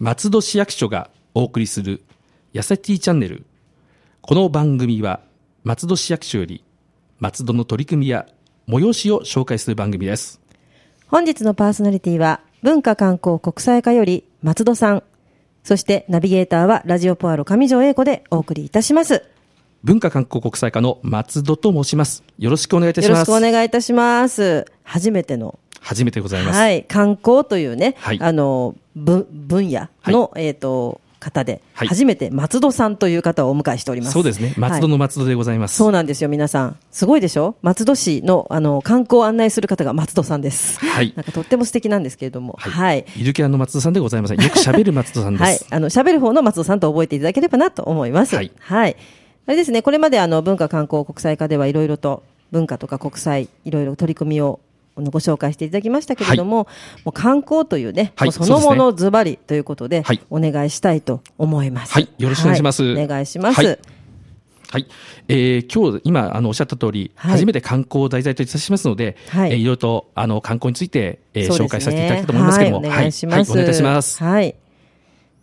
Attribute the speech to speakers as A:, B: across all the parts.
A: 松戸市役所がお送りする「やせティチャンネル」この番組は松戸市役所より松戸の取り組みや催しを紹介する番組です
B: 本日のパーソナリティは文化観光国際課より松戸さんそしてナビゲーターはラジオポアロ上条英子でお送りいたします
A: 文化観光国際課の松戸と申しますよろしくお願いいたし
B: よろ
A: ま
B: し
A: す
B: くお願いいたします初めての
A: 初めてでございます、
B: はい、観光というね、
A: はい
B: あのぶ分野の、えっ、と方で、
A: はい
B: 初めて松戸さんという方をお迎えしております。
A: そうですね松戸
B: はい
A: の松戸でございます、
B: そうなんですよ、皆さん。すごいでしょ松戸市の、あの、観光を案内する方が松戸さんです。
A: はい
B: なんかとっても素敵なんですけれども。はい。
A: ゆるキャラの松戸さんでございませんよく喋る松戸さんです、
B: はい。あの、喋る方の松戸さんと覚えていただければなと思います。
A: は
B: はいい。あれですね、これまであの、文化観光国際課ではいろいろと、文化とか国際、いろいろ取り組みをあのご紹介していただきましたけれども、もう観光というね、
A: はい
B: もうそのも
A: そう
B: のズバリということで、
A: はい
B: お願いしたいと思います。
A: はいよろしくお願いします
B: はお願いします。
A: はいはい、えー今日今あのおっしゃった通り、
B: はい
A: 初めて観光を題材といたしますので、
B: はい
A: えーいろいろとあの観光について、えー
B: そう
A: 紹
B: で
A: 介さ
B: すね
A: せていただきたいと思いますけれども、
B: はい、お願いします、
A: はいはいお願いいたします。
B: はい。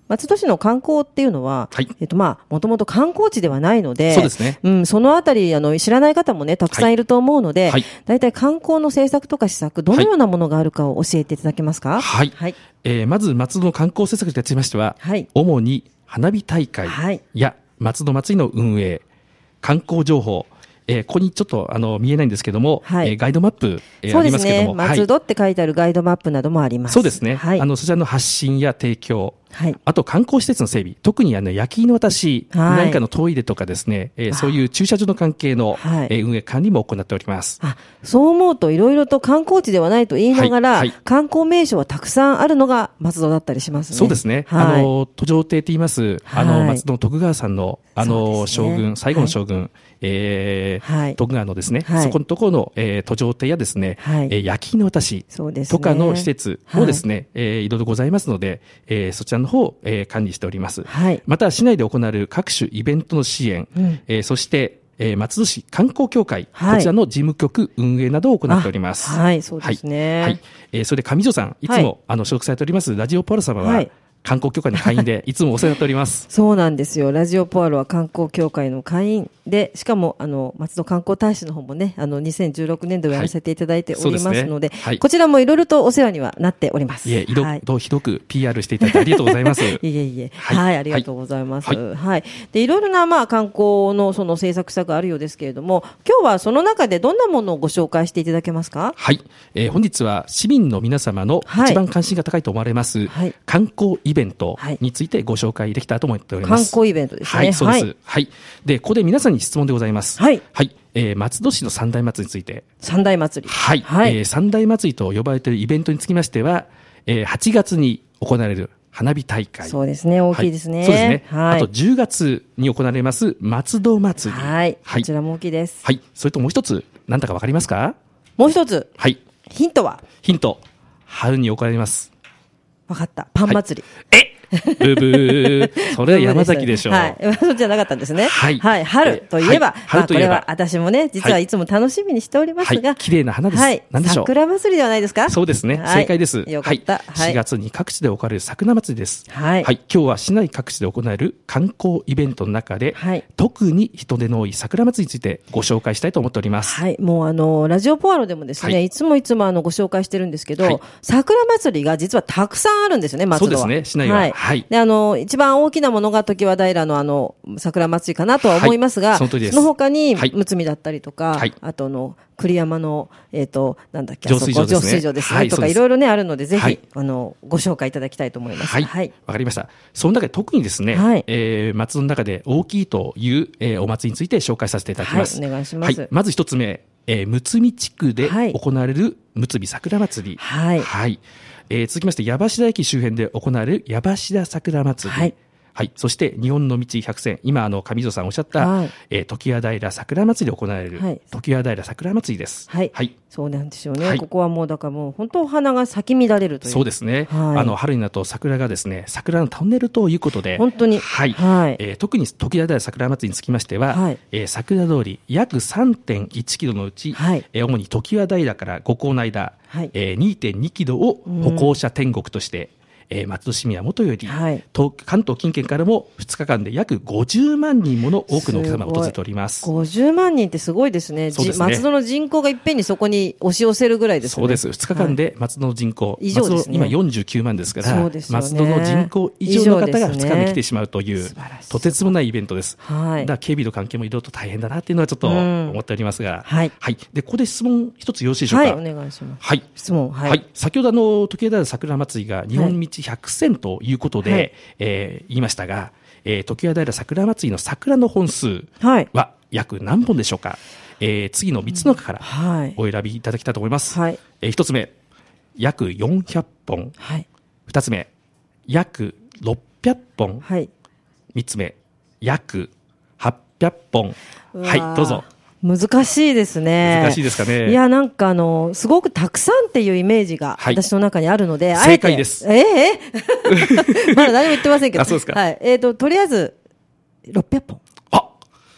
B: 松戸市の観光っていうのは、
A: はい
B: えっとまあ、もともと観光地ではないので、
A: そうですね
B: うん、そのあたり、あの、知らない方もね、たくさんいると思うので、
A: はい
B: 大体観光の政策とか施策、どのようなものがあるかを教えていただけますか
A: はい
B: はい。
A: えーまず松戸の観光政策にいたしましては、
B: はい
A: 主に花火大会
B: はい
A: や松戸祭りの運営、観光情報、えーここにちょっとあの見えないんですけども、
B: はい
A: えーガイドマップ、えー
B: そう
A: あり
B: で
A: ますすけど
B: ね。
A: も、
B: 松戸って書いてあるガイドマップなどもあります。
A: そうですね、
B: はい。
A: あのそちらの発信や提供、
B: はい
A: あと観光施設の整備、特にあの夜勤の私、
B: はい
A: 何かのトイレとかですね、えーそういう駐車場の関係の、
B: はい
A: えー運営管理も行っております。
B: あそう思うと、いろいろと観光地ではないと言いながら、
A: はいはい
B: 観光名所はたくさんあるのが松戸だったりしますね。
A: そうですね、
B: はい、
A: あの途上亭と言います、あの
B: はい
A: 松戸の徳川さんのあの、
B: そう
A: 将
B: ですね
A: 軍、最後の将軍、えー
B: はい
A: 徳川のですね、
B: はい
A: そこのところの、えー、途上亭やですね、
B: はい
A: えー夜勤の私
B: そうですね
A: とかの施設をですね、いえーいろいろございますので、えーそちらの方を、えー管理しております。
B: はい
A: また市内で行われる各種イベントの支援、えーそして、えー松戸市観光協会、
B: はい
A: こちらの事務局運営などを行っております。
B: あはいそうですね
A: はいはいえーそれで上条さん、いつも、
B: はい
A: あの所属されておりますラジオポール様は、
B: はい
A: 観光協会の会員 で、いつもお世話になっております。
B: そうなんですよ。ラジオポアロは観光協会の会員で、しかも、あの、松戸観光大使の方もね、あの、2016年度やらせていただいており
A: は
B: ま
A: いそうです
B: す
A: ね
B: ので、
A: はい
B: こちらもいろいろとお世話にはなっております。
A: いえ、いろ
B: はい
A: いろひどく PR していただいてありがとうございます。
B: いえいえ、
A: は
B: はいい、ありがとうございます。
A: は
B: はいい、で、いろいろな、まあ、観光の、その政策策あるようですけれども、今日はその中でどんなものをご紹介していただけますか。
A: はい、えー本日は市民の皆様の
B: はい
A: 一番関心が高いと思われます、
B: はい
A: 観光イベント
B: はい
A: についてご紹介できたらと思っておりま
B: 観
A: す。
B: 光イベントですね。
A: はい、そうです。は
B: はい
A: い、で、ここで皆さんに質問でございます。
B: はい
A: えー松戸市の三大祭りについて。
B: 三大祭り。
A: はい、えー三大祭りと呼ばれているイベントにつきましては、えー8月に行われる花火大会。
B: そうですね。大きいですね。
A: はいそうですね。
B: はい。
A: あと10月に行われます松戸祭り。
B: はい。
A: は
B: こ
A: い
B: ち。らも大きいです。
A: はいそれともう一つ、なんだかわかりますか
B: もう一つ、
A: はい。
B: ヒントは、
A: ヒント。春に行われます。
B: わかった。パン祭り。
A: ブーブ ー。それは山崎でしょう。
B: はい。 山崎じゃなかったんですね。
A: はい
B: 春といえば、
A: はい春といえば
B: まあこれは私もね、実
A: は
B: はいいつも楽しみにしております
A: は
B: が。
A: い綺麗な花です
B: はい。
A: 何でしょう
B: 桜祭りではないですか
A: そうですね、
B: はい
A: 正解です。
B: よかった。
A: はい。4。月に各地で行われる桜祭りです。
B: はい
A: 今日は市内各地で行われる観光イベントの中で、
B: はい
A: 特に人出の多い桜祭りについてご紹介したいと思っております。
B: はい。もうあの、ラジオポアロでもですね、
A: はい
B: い、つもいつもあの、ご紹介してるんですけど、
A: はい
B: 桜祭りが実はたくさんあるんですよね、松戸は。
A: そうですね市内は
B: はい。
A: はい
B: で、あの、一番大きなものが時和平のあの、桜祭りかなとは思いますが、
A: はいその通りです
B: 他に、
A: はい
B: むつみだったりとか、
A: はい
B: あとあの、栗山の、えっ、と、なんだっけ、
A: 浄水場
B: あそこ
A: ですね
B: 浄水場ですね。
A: はい
B: と
A: そう
B: か、
A: です
B: いろいろね、あるので、ぜひ、
A: はい
B: あの、ご紹介いただきたいと思います。
A: はい。わ、かりました。その中で特にですね、
B: はい
A: えー松戸の中で大きいという、えーお祭りについて紹介させていただきます。
B: はいお願いします
A: はまず一つ目、えー、むつみ地区で
B: はい
A: 行われるむつみ桜祭り。
B: はい
A: えー続きまして、矢柱駅周辺で行われる矢柱桜祭り。
B: はい
A: はい、そして日本の道100選、今あの上條さんおっしゃった、
B: はい
A: えー時谷平桜祭りで行われる、
B: はい
A: 時谷平桜祭りです。
B: はい、
A: はい
B: そうなんですよね、
A: はい
B: ここはもうだからもう本当お花が咲き乱れるという
A: そうですね、
B: はい
A: あの春になると桜がですね桜のトンネルということで
B: 本当に
A: はい
B: はい
A: えー特に時田平桜祭りにつきましては、
B: はい
A: えー桜通り約3.1キロのうち、
B: はい
A: えー主に時和平から五校の間、
B: はい
A: えー2.2キロを歩行者天国として、えー松戸市民はもとより、
B: はい
A: 東関東近県からも2日間で約50万人もの多くのお客様が訪れております。
B: 50万人ってすごいですね
A: そうですね
B: じ松戸の人口がいっぺんにそこに押し寄せるぐらいですね
A: そうです。2日間で松戸の人口、
B: 以上ですね
A: 松戸今49万ですから、
B: そうですよね
A: 松戸の人口以上の方が
B: 以上で
A: 2
B: すね
A: 日間に来てしまうという、
B: 素晴らしい
A: とてつもないイベントです。
B: はい
A: だから警備の関係もいろいろと大変だなっていうのはちょっと
B: うん
A: 思っておりますが、
B: はい
A: で、ここで質問一つよろしいでしょう
B: はい
A: か。
B: お願いします
A: はい
B: 質問
A: は
B: はいい、
A: 先ほどあの時計台桜祭りが日本道100選ということで、
B: はい
A: えー言いましたが、えー、時計台桜祭りの桜の本数
B: はい
A: は約何本でしょうか、えー次の3つの中から
B: はい
A: お選びいただきたいと思います、
B: はい
A: えー、1つ目約400本
B: はい
A: 2つ目約600本
B: はい
A: 3つ目約800本
B: うわ
A: は
B: ー
A: いどうぞ
B: 難しいですね
A: 難しいですかね
B: いやなんかあのすごくたくさんっていうイメージが
A: はい
B: 私の中にあるので、
A: 正解です
B: あえてええ まだ何も言ってませんけど
A: あそうですか
B: はいえー、ととりあえず600本
A: あ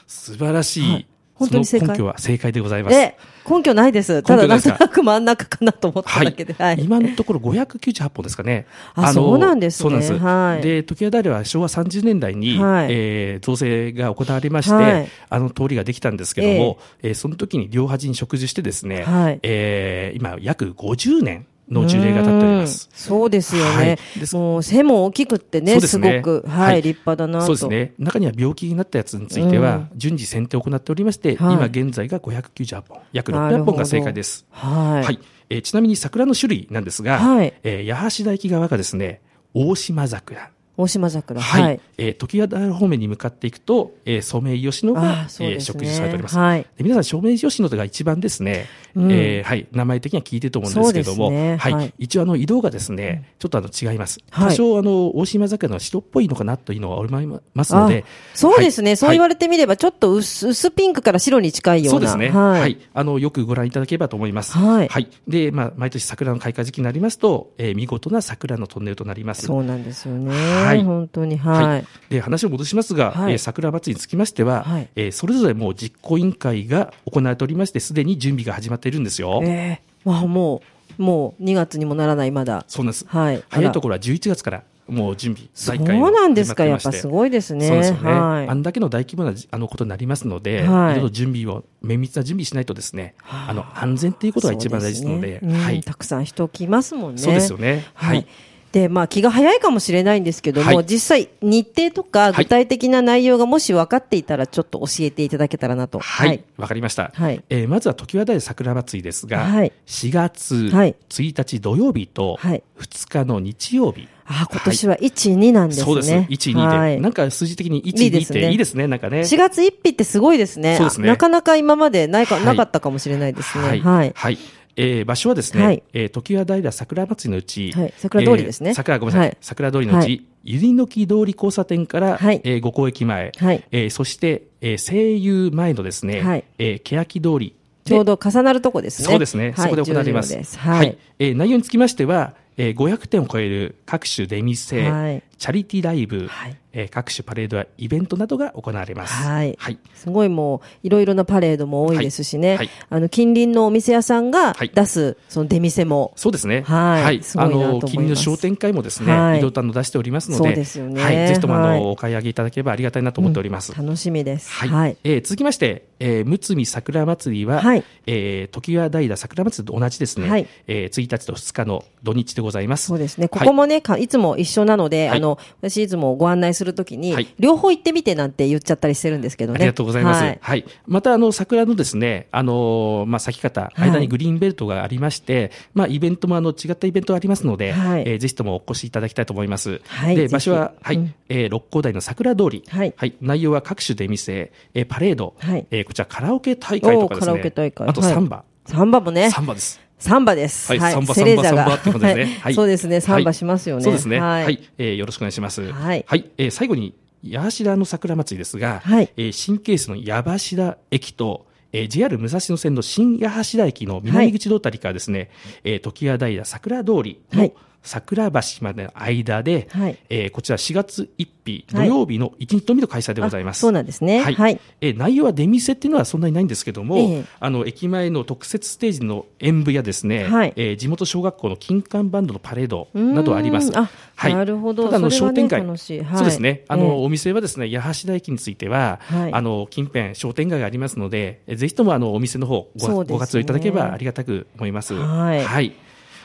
A: 素晴らしい、
B: はい本当に正
A: そ
B: 解
A: の根拠は正解でございます
B: え根拠ないですた
A: 根
B: だ
A: 拠な
B: ない
A: です
B: んと
A: か
B: なく真ん中かなと思っただけで、はい
A: 今のところ598本ですかね。
B: あそうなんです
A: そ
B: ね
A: うなんです。
B: はい
A: で、時計台は昭和30年代に、
B: はい
A: えー造成が行われまして、
B: はい
A: あの通りができたんですけども、えーその時に両端に植樹してですね、
B: はい
A: えー今約50年の樹齢が経っております。
B: うんそうですよ
A: はい
B: ね、
A: です
B: もう背も大きくってね
A: そうですす
B: ご
A: ね
B: く、はい
A: はい
B: 立派だなと
A: そうですね。中には病気になったやつについては、順次選定を行っておりまして、
B: はい
A: 今現在が598本、約
B: なる
A: 600
B: ほど
A: 本が正解です。
B: はい、
A: はいえーちなみに桜の種類なんですが、
B: はい
A: えー八橋大木側がですね、大島桜。
B: 大島桜
A: はい、
B: はい、
A: えー、時谷方面に向かっていくと、えー、ソメイヨシノが、
B: あーそう
A: えー
B: ですね
A: 植樹されております。
B: はい
A: で皆さん、ソメイヨシノが一番ですね、
B: うん
A: えーはい、名前的には聞いてると思うんですけども、
B: そうですね
A: はい
B: はい
A: 一応あの色がですね、ちょっとあの違います。
B: はい
A: 多少あの大島桜の白っぽいのかなというのは思いますので
B: あ、そうですね、
A: はい
B: そう言われてみれば、ちょっと薄薄ピンクから白に近いような。
A: そうですね、
B: は。
A: はいいあのよくご覧いただければと思います。
B: はい
A: でまあ、毎年桜の開花時期になりますと、えー見事な桜のトンネルとなります。
B: そうなんですよね。
A: はい
B: 本当に、はい。
A: はい、で話を戻しますが、
B: はい
A: えー桜祭りにつきましては、
B: はい
A: えーそれぞれもう実行委員会が行われておりまして、すでに準備が始まっているんですよ。
B: えーまあ、もう、もう2月にもならない、まだ。
A: そうなんです、
B: はいあら
A: 早いところは11月からもう準備
B: そ
A: 再
B: う
A: 開が
B: なんですか、
A: 始ま
B: や
A: っ
B: って
A: いま
B: ぱ
A: して
B: すごいですね。
A: そうですよね、
B: はい。
A: あんだけの大規模なあのことになりますので、
B: はい
A: い、ろいろ準備を綿密な準備しないとですね、
B: はあ
A: あの安全っていうことが一番大事ですので、
B: そうすねうん
A: はい、
B: たくさん人来ますもんね。
A: そうですよね
B: は
A: はいい。
B: で、まあ、気が早いかもしれないんですけども、
A: はい
B: 実際、日程と
A: は
B: か
A: い
B: 具体的な内容がもし分かっていたら、ちょっと教えていただけたらなと。
A: はい、わ、かりました。
B: はい
A: えーまずは常盤平桜祭りですが、
B: はい
A: 4月
B: はい
A: 1日土曜日と
B: はい
A: 2日の日曜日。
B: あ、今年は1、2なんですね。
A: そうです。1、2で、
B: はい
A: なんか数字的に1、
B: いいで
A: 2っ
B: すね
A: ていいですね。なんかね。
B: 4月1日ってすごいですね。
A: そうですね
B: なかなか今までないか、
A: はい
B: なかったかもしれないですね。は。
A: はいい。はいえー場所はです
B: は
A: ね
B: い、
A: えー常盤平桜祭りのうち、
B: はい桜通りですね
A: えー桜、ごめんなさい。
B: はい
A: 桜通りのう
B: はい
A: ち、ゆりの木通り交差点から、
B: はい
A: えー五公駅前、
B: はい
A: えーそして、えー、声優前のですね、
B: はい
A: えー、欅通りで
B: ちょうど重なるとこですね。
A: そうですね、そこで行われま
B: 重
A: す。
B: 要ですはい。
A: えー内容につきましては、えー500点を超える各種出店、
B: はい
A: チャリティーライブ、
B: はい
A: えー各種パレードやイベントなどが行われます。
B: はい。すごいもう、いろいろなパレードも多いですしね。
A: はいはい
B: あの、近隣のお店屋さんが
A: はい
B: 出す、その出店も。
A: そうですね。
B: はいすごい
A: あ
B: なと思い
A: の、
B: ます
A: 近隣の商店会もですね、
B: はい
A: いろいろとあの出しておりますので、
B: そうですよね
A: はい。ぜひともあの、
B: はい
A: お買い上げいただければありがたいなと思っております。
B: 楽しみです。
A: は
B: はいい。
A: えー続きまして、えー、睦美桜祭りは、
B: はい
A: えー、時は代田桜祭りと同じですね、
B: はい
A: えー1日と2日の土日でございます。
B: そうですね。ここもね、かいつも一緒なので、
A: はい
B: あの、私いつもご案内するときに、
A: はい
B: 両方行ってみてなんて言っちゃったりしてるんですけどね。
A: ありがとうございます。
B: は
A: はい。また、あの、桜のですね、あのーまあ、咲き方、
B: い
A: 間にグリーンベルトがありまして、まあ、イベントも、あの、違ったイベントがありますので、
B: はい
A: えーぜひともお越しいただきたいと思います。
B: はいぜ
A: で、
B: ひ
A: 場所は、はい、
B: うん
A: えー六甲台の桜通り。
B: はい
A: 内容は各種出店、えーパレード、
B: はい
A: えーこちらカラオケ大会とかですね。
B: おーカラオケ大会
A: あと、
B: はい
A: サンバ。
B: サンバもね。
A: サンバです。
B: サンバです。
A: はいサンバ
B: セレーザ
A: サンバ
B: が
A: サンバってことですね
B: はい
A: はい
B: そうですね。サンバしますよね。
A: そうですね。は、
B: はいい。
A: えーよろしくお願いします。
B: はい
A: えー最後に、八柱の桜祭りですが、
B: はい
A: えー新京成の八柱駅と、えー JR 武蔵野線の新八柱駅の南口道あたりからですね、えー時矢平桜通り
B: は
A: の
B: い
A: 桜橋までの間で、
B: はい
A: えーこちら4月1日土
B: はい
A: 曜日の1日のみの開催でございます。
B: あそうなんですね
A: はい。
B: はい
A: えー内容は出店っていうのはそんなにないんですけども、
B: ええ
A: あの駅前の特設ステージの演舞やですね、
B: はい
A: えー地元小学校の金管バンドのパレードなどあります
B: うーんあ。なるほど
A: ただあの
B: そ
A: 商
B: れはね
A: 店街、
B: 楽しいはい
A: そうですね。あの、
B: ええ
A: お店はですね、八橋田駅については、
B: はい
A: あの近辺商店街がありますので、えーぜひともあのお店の方ご,、
B: そうですね
A: ご活用いただければありがたく思います。
B: はい
A: はい。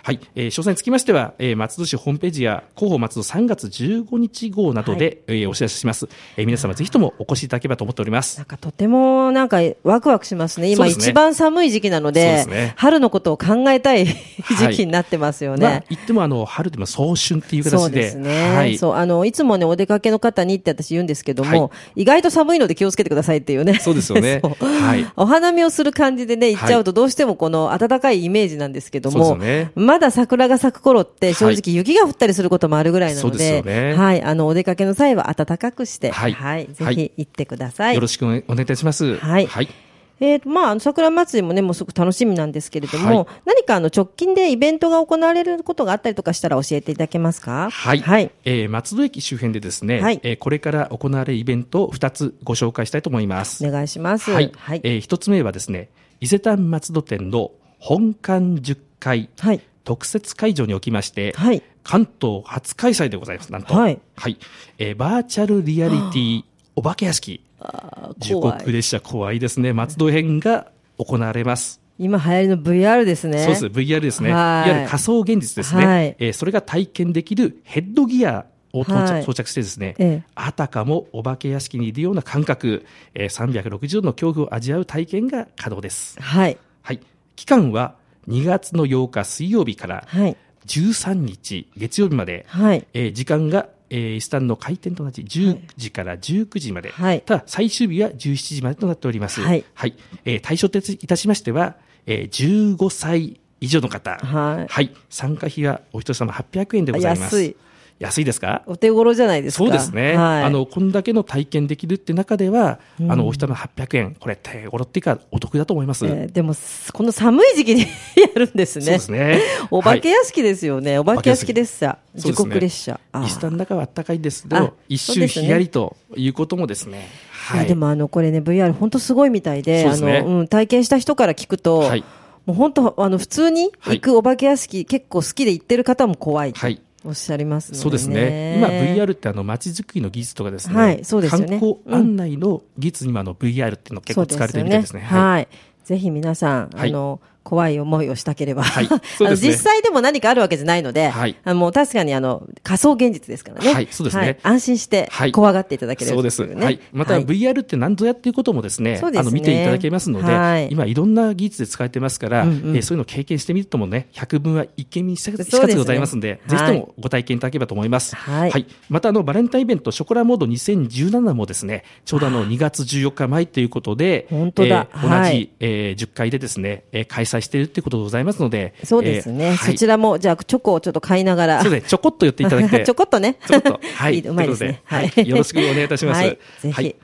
A: はいえー詳細につきましては、えー松戸市ホームページや広報松戸3月15日号などで、えーお知らせします、えー皆様ぜひともお越しいただければと思っております
B: なん。かとてもなんかワクワクしますね。
A: そ
B: 今
A: うですね
B: 一番寒い時期なの
A: そうで
B: です
A: ね
B: 春のことを考えたい
A: はい
B: 時期になってますよ
A: まあ
B: ね。、
A: 言ってもあの春でも早春っていう形で、
B: そうですね、
A: はい、
B: そうあのいつもねお出かけの方にって私言うんですけども、
A: は
B: 意外と寒いので気をつけてくださいっていうね
A: そうですよね
B: そう
A: はい
B: お花見をする感じでね行っちゃうとどうしてもこの暖かいイメージなんですけど
A: そ
B: も、
A: うですよね
B: まだ桜が咲く頃って正
A: は
B: 直雪が降ったりすることもあるぐらいなの
A: そうです
B: で,、
A: よね
B: はいあのお出かけの際は暖かくして、
A: は
B: はいいぜひ行ってください。
A: よろしくお願いいたします。
B: はいえーとまあ、あの桜祭りもね、もうすごく楽しみなんですけれども、
A: はい
B: 何かあの直近でイベントが行われることがあったりとかしたら教えていただけますか
A: はい、
B: はい。
A: えー松戸駅周辺でですね、
B: はい
A: えーこれから行われるイベントを2つご紹介したいと思います。
B: お願いします。
A: はい、
B: はい。
A: えー一つ目はですね、伊勢丹松戸店の本館10階
B: はい。
A: 特設会場におきまして、
B: はい
A: 関東初開催でございます。なんと、
B: はい
A: えーバーチャルリアリテ ィお化け屋敷、
B: あー
A: 時
B: 怖
A: 刻
B: い。
A: 列車怖いですね。松戸編が行われます。
B: 今流行りの VR ですね。
A: そうです、VR ですね。い
B: は
A: わ
B: い
A: ゆる仮想現実ですね。
B: はい
A: えーそれが体験できるヘッドギアを到着,、
B: はい
A: 装着してですね、
B: ええ
A: あたかもお化け屋敷にいるような感覚、えー360度の恐怖を味わう体験が可能です。
B: はい。
A: はい。期間は2月の8日水曜日から
B: はい。
A: 13日月曜日まで、
B: はい。
A: えー時間が、えー、イスタンの開店と同じ10時から19時まで、
B: はい
A: ただ最終日は17時までとなっております。
B: はい
A: えー対象といたしましては、えー、15歳以上の方、
B: はい
A: 参加費はお一人様800円でございます。
B: 安い。
A: 安いですか
B: お手頃じゃないですか。
A: そうですね、
B: はい。
A: あのこんだけの体験できるって中では、あのお一人様800円、これ、手頃っていうか、お得だと思います。
B: えーでも、すこの寒い時期に やるんですね。
A: そうですね
B: お化け屋敷ですよね。お化け屋敷列車。
A: そう
B: 時
A: ですね
B: 刻列車。あー
A: イスタンの中は暖かいですけ
B: あ
A: ど、一
B: そう
A: 周
B: ですね
A: ひやりということもですね。
B: いやでもあのこれね VR 本当すごいみたいで
A: そうですね
B: あのうん、体験した人から聞くと、
A: はい
B: もう本当あの普通に行くお化け屋敷、結構好きで行ってる方も怖いと
A: はい
B: おっしゃりますので、ね
A: そうですね。今 VR ってあの街づくりの技術とかですね。
B: はいそうですよ
A: 観
B: ね
A: 光案内の技術にもあの VR っていうの結構使われてるみたいですね。
B: そうよ
A: はい
B: はい、ぜひ皆さん、
A: はい
B: あの怖い思いをしたければ、
A: はいそう
B: あ
A: で
B: の
A: すね
B: 実際でも何かあるわけじゃないので、
A: はい
B: あのもう確かにあの仮想現実ですからね、
A: はいそうですね
B: 安心して
A: はい
B: 怖がっていただければ、
A: そうです、
B: ね
A: はい、また
B: はい
A: VR って何ぞやっていうこともですね,、
B: そうです
A: あ
B: ね
A: の見ていただけますので、
B: はい
A: 今いろんな技術で使えてますから、
B: うんうん
A: えーそういうのを経験してみるともね百分は一見にしか
B: そうですね
A: ずございますので
B: はい
A: ぜひともご体験いただければと思います、
B: はい
A: またあのバレンタインイベントショコラモード2017もですねちょうどあの2月14日前ということで
B: 本当だ
A: えー同じ、
B: はい
A: えー10回でですね、えー開催しているということでございますので
B: そうですね、
A: えーはい
B: そちらもじゃあチョコをちょっと買いながら
A: そうですねちょこっと寄っていただいて
B: ちょこっとね。
A: ちょっと、はい、
B: うまいですね。
A: ということではい、よろしくお願いいたします。
B: はいぜひ
A: はい。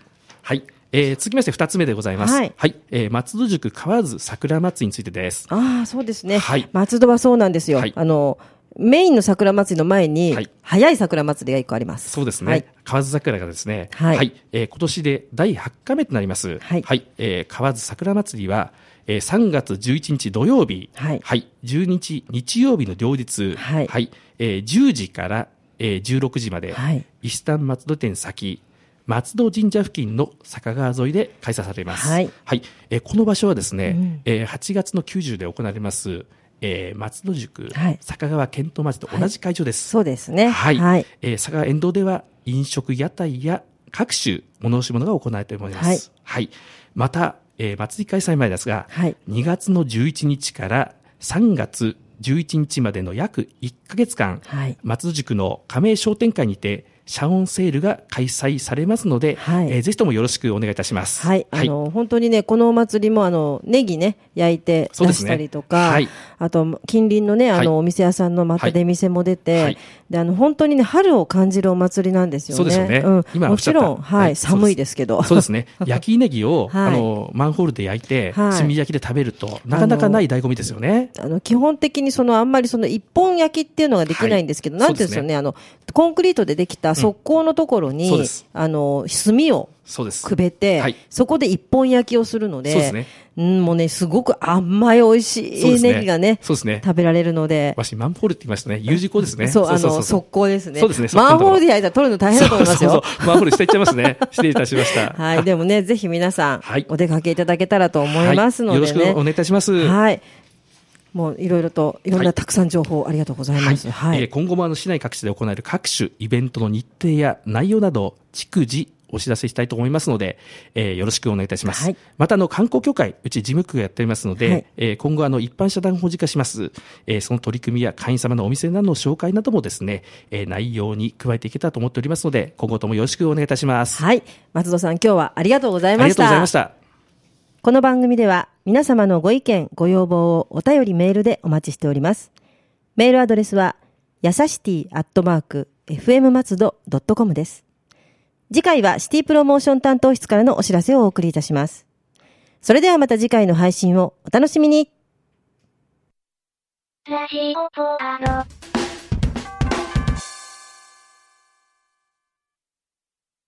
A: はいえー続きまして二つ目でございます。は
B: はいい、
A: えー松戸塾河津桜祭りについてです。
B: ああ、そうですね、
A: はい
B: 松戸はそうなんですよ。
A: はい
B: あの、メインの桜祭りの前に、
A: はい
B: 早い桜祭りが一個あります。
A: そうですね。
B: はい
A: 河津桜がですね、は、
B: はいい
A: えー今年で第8回目となります。は、
B: はいい
A: えー河津桜祭りは、えー3月11日土曜日、は
B: はい
A: い、12日日曜日の両日、は、
B: はいい
A: えー10時から、えー16時まで、は
B: はいい、
A: 伊勢丹松戸店先、松戸神社付近の坂川沿いで開催されます。は
B: はいい、
A: えーこの場所はですね、えー8月の90で行われます、えー松戸塾、
B: はい
A: 坂川遣都町と同じ会場です。
B: そうですね。
A: はい、
B: はい。
A: えー佐賀沿道では飲食屋台や各種物し物が行われております。は
B: はいい、
A: また、えー祭り開催前ですが、
B: はい
A: 2月の11日から3月11日までの約1ヶ月間、
B: はい
A: 松戸塾の加盟商店会にて社オンセールが開催されますので、
B: はい
A: えーぜひともよろしくお願いいたします。
B: はい、あの、本当にね、このお祭りも、あの、ネギね、焼いて
A: そう
B: 出
A: です
B: し
A: ね
B: たりとか、
A: はい
B: あと、近隣のね、あの、
A: はい
B: お店屋さんのまた出店も出て、
A: はい
B: で、あの、本当にね、春を感じるお祭りなんですよね。
A: そうですよね。
B: うん、
A: 今おっ
B: も
A: しゃ
B: ち
A: った
B: ろん、はい、寒いですけど。
A: そうです ね。焼きネギを、
B: はい
A: あの、マンホールで焼いて、
B: はい
A: 炭焼きで食べると、なかなかない醍醐味ですよね。
B: あの基本的にそのあんまりその一本焼きっていうのができないんですけど、
A: はい
B: なんていうんですよ
A: そう
B: ね
A: で
B: あのコンクリートでできた側溝のところに、
A: そうです
B: あの炭を
A: そうです。
B: くべて、
A: はい
B: そこで一本焼きをするので
A: そうですね
B: うん、もうねすごく甘い美味
A: そうで
B: しい
A: すね
B: ネギがね
A: そうですね
B: 食べられるので。
A: わし、マンホールって言いましたね。U 字工ですね。
B: そう、あの、速攻ですね。
A: そうですね
B: マンホールで焼いたら取るの大変だと思いますよ。
A: そうそうそうマンホールしていっちゃいますね。失礼いたしました。
B: はい、でもね、ぜひ皆さん
A: はい、
B: お出かけいただけたらと思いますのでね。
A: はいよろしくお願いいたします。
B: はい。もういろいろと、いろん
A: は
B: ないたくさん情報ありがとうございます。は
A: え
B: い
A: ー。今後もあの市内各地で行われる各種イベントの日程や内容など、逐次お知らせしたいと思いますので、えーよろしくお願いいたします。
B: はい
A: またあの観光協会、うち事務局がやっておりますので、
B: はい
A: えー今後あの一般社団法人化します、えーその取り組みや会員様のお店などの紹介などもですね、えー内容に加えていけたらと思っておりますので、今後ともよろしくお願いいたします。
B: はい。松戸さん、今日はありがとうござい
A: あ
B: ま
A: り
B: し
A: がとうござい
B: た
A: まし。た。
B: この番組では皆様のご意見、ご要望をお便りメールでお待ちしております。メールアドレスは、やさしティアットマーク、fm 松戸 .com です。次回はシティプロモーション担当室からのお知らせをお送りいたします。それではまた次回の配信をお楽しみに
C: ラジオポアド。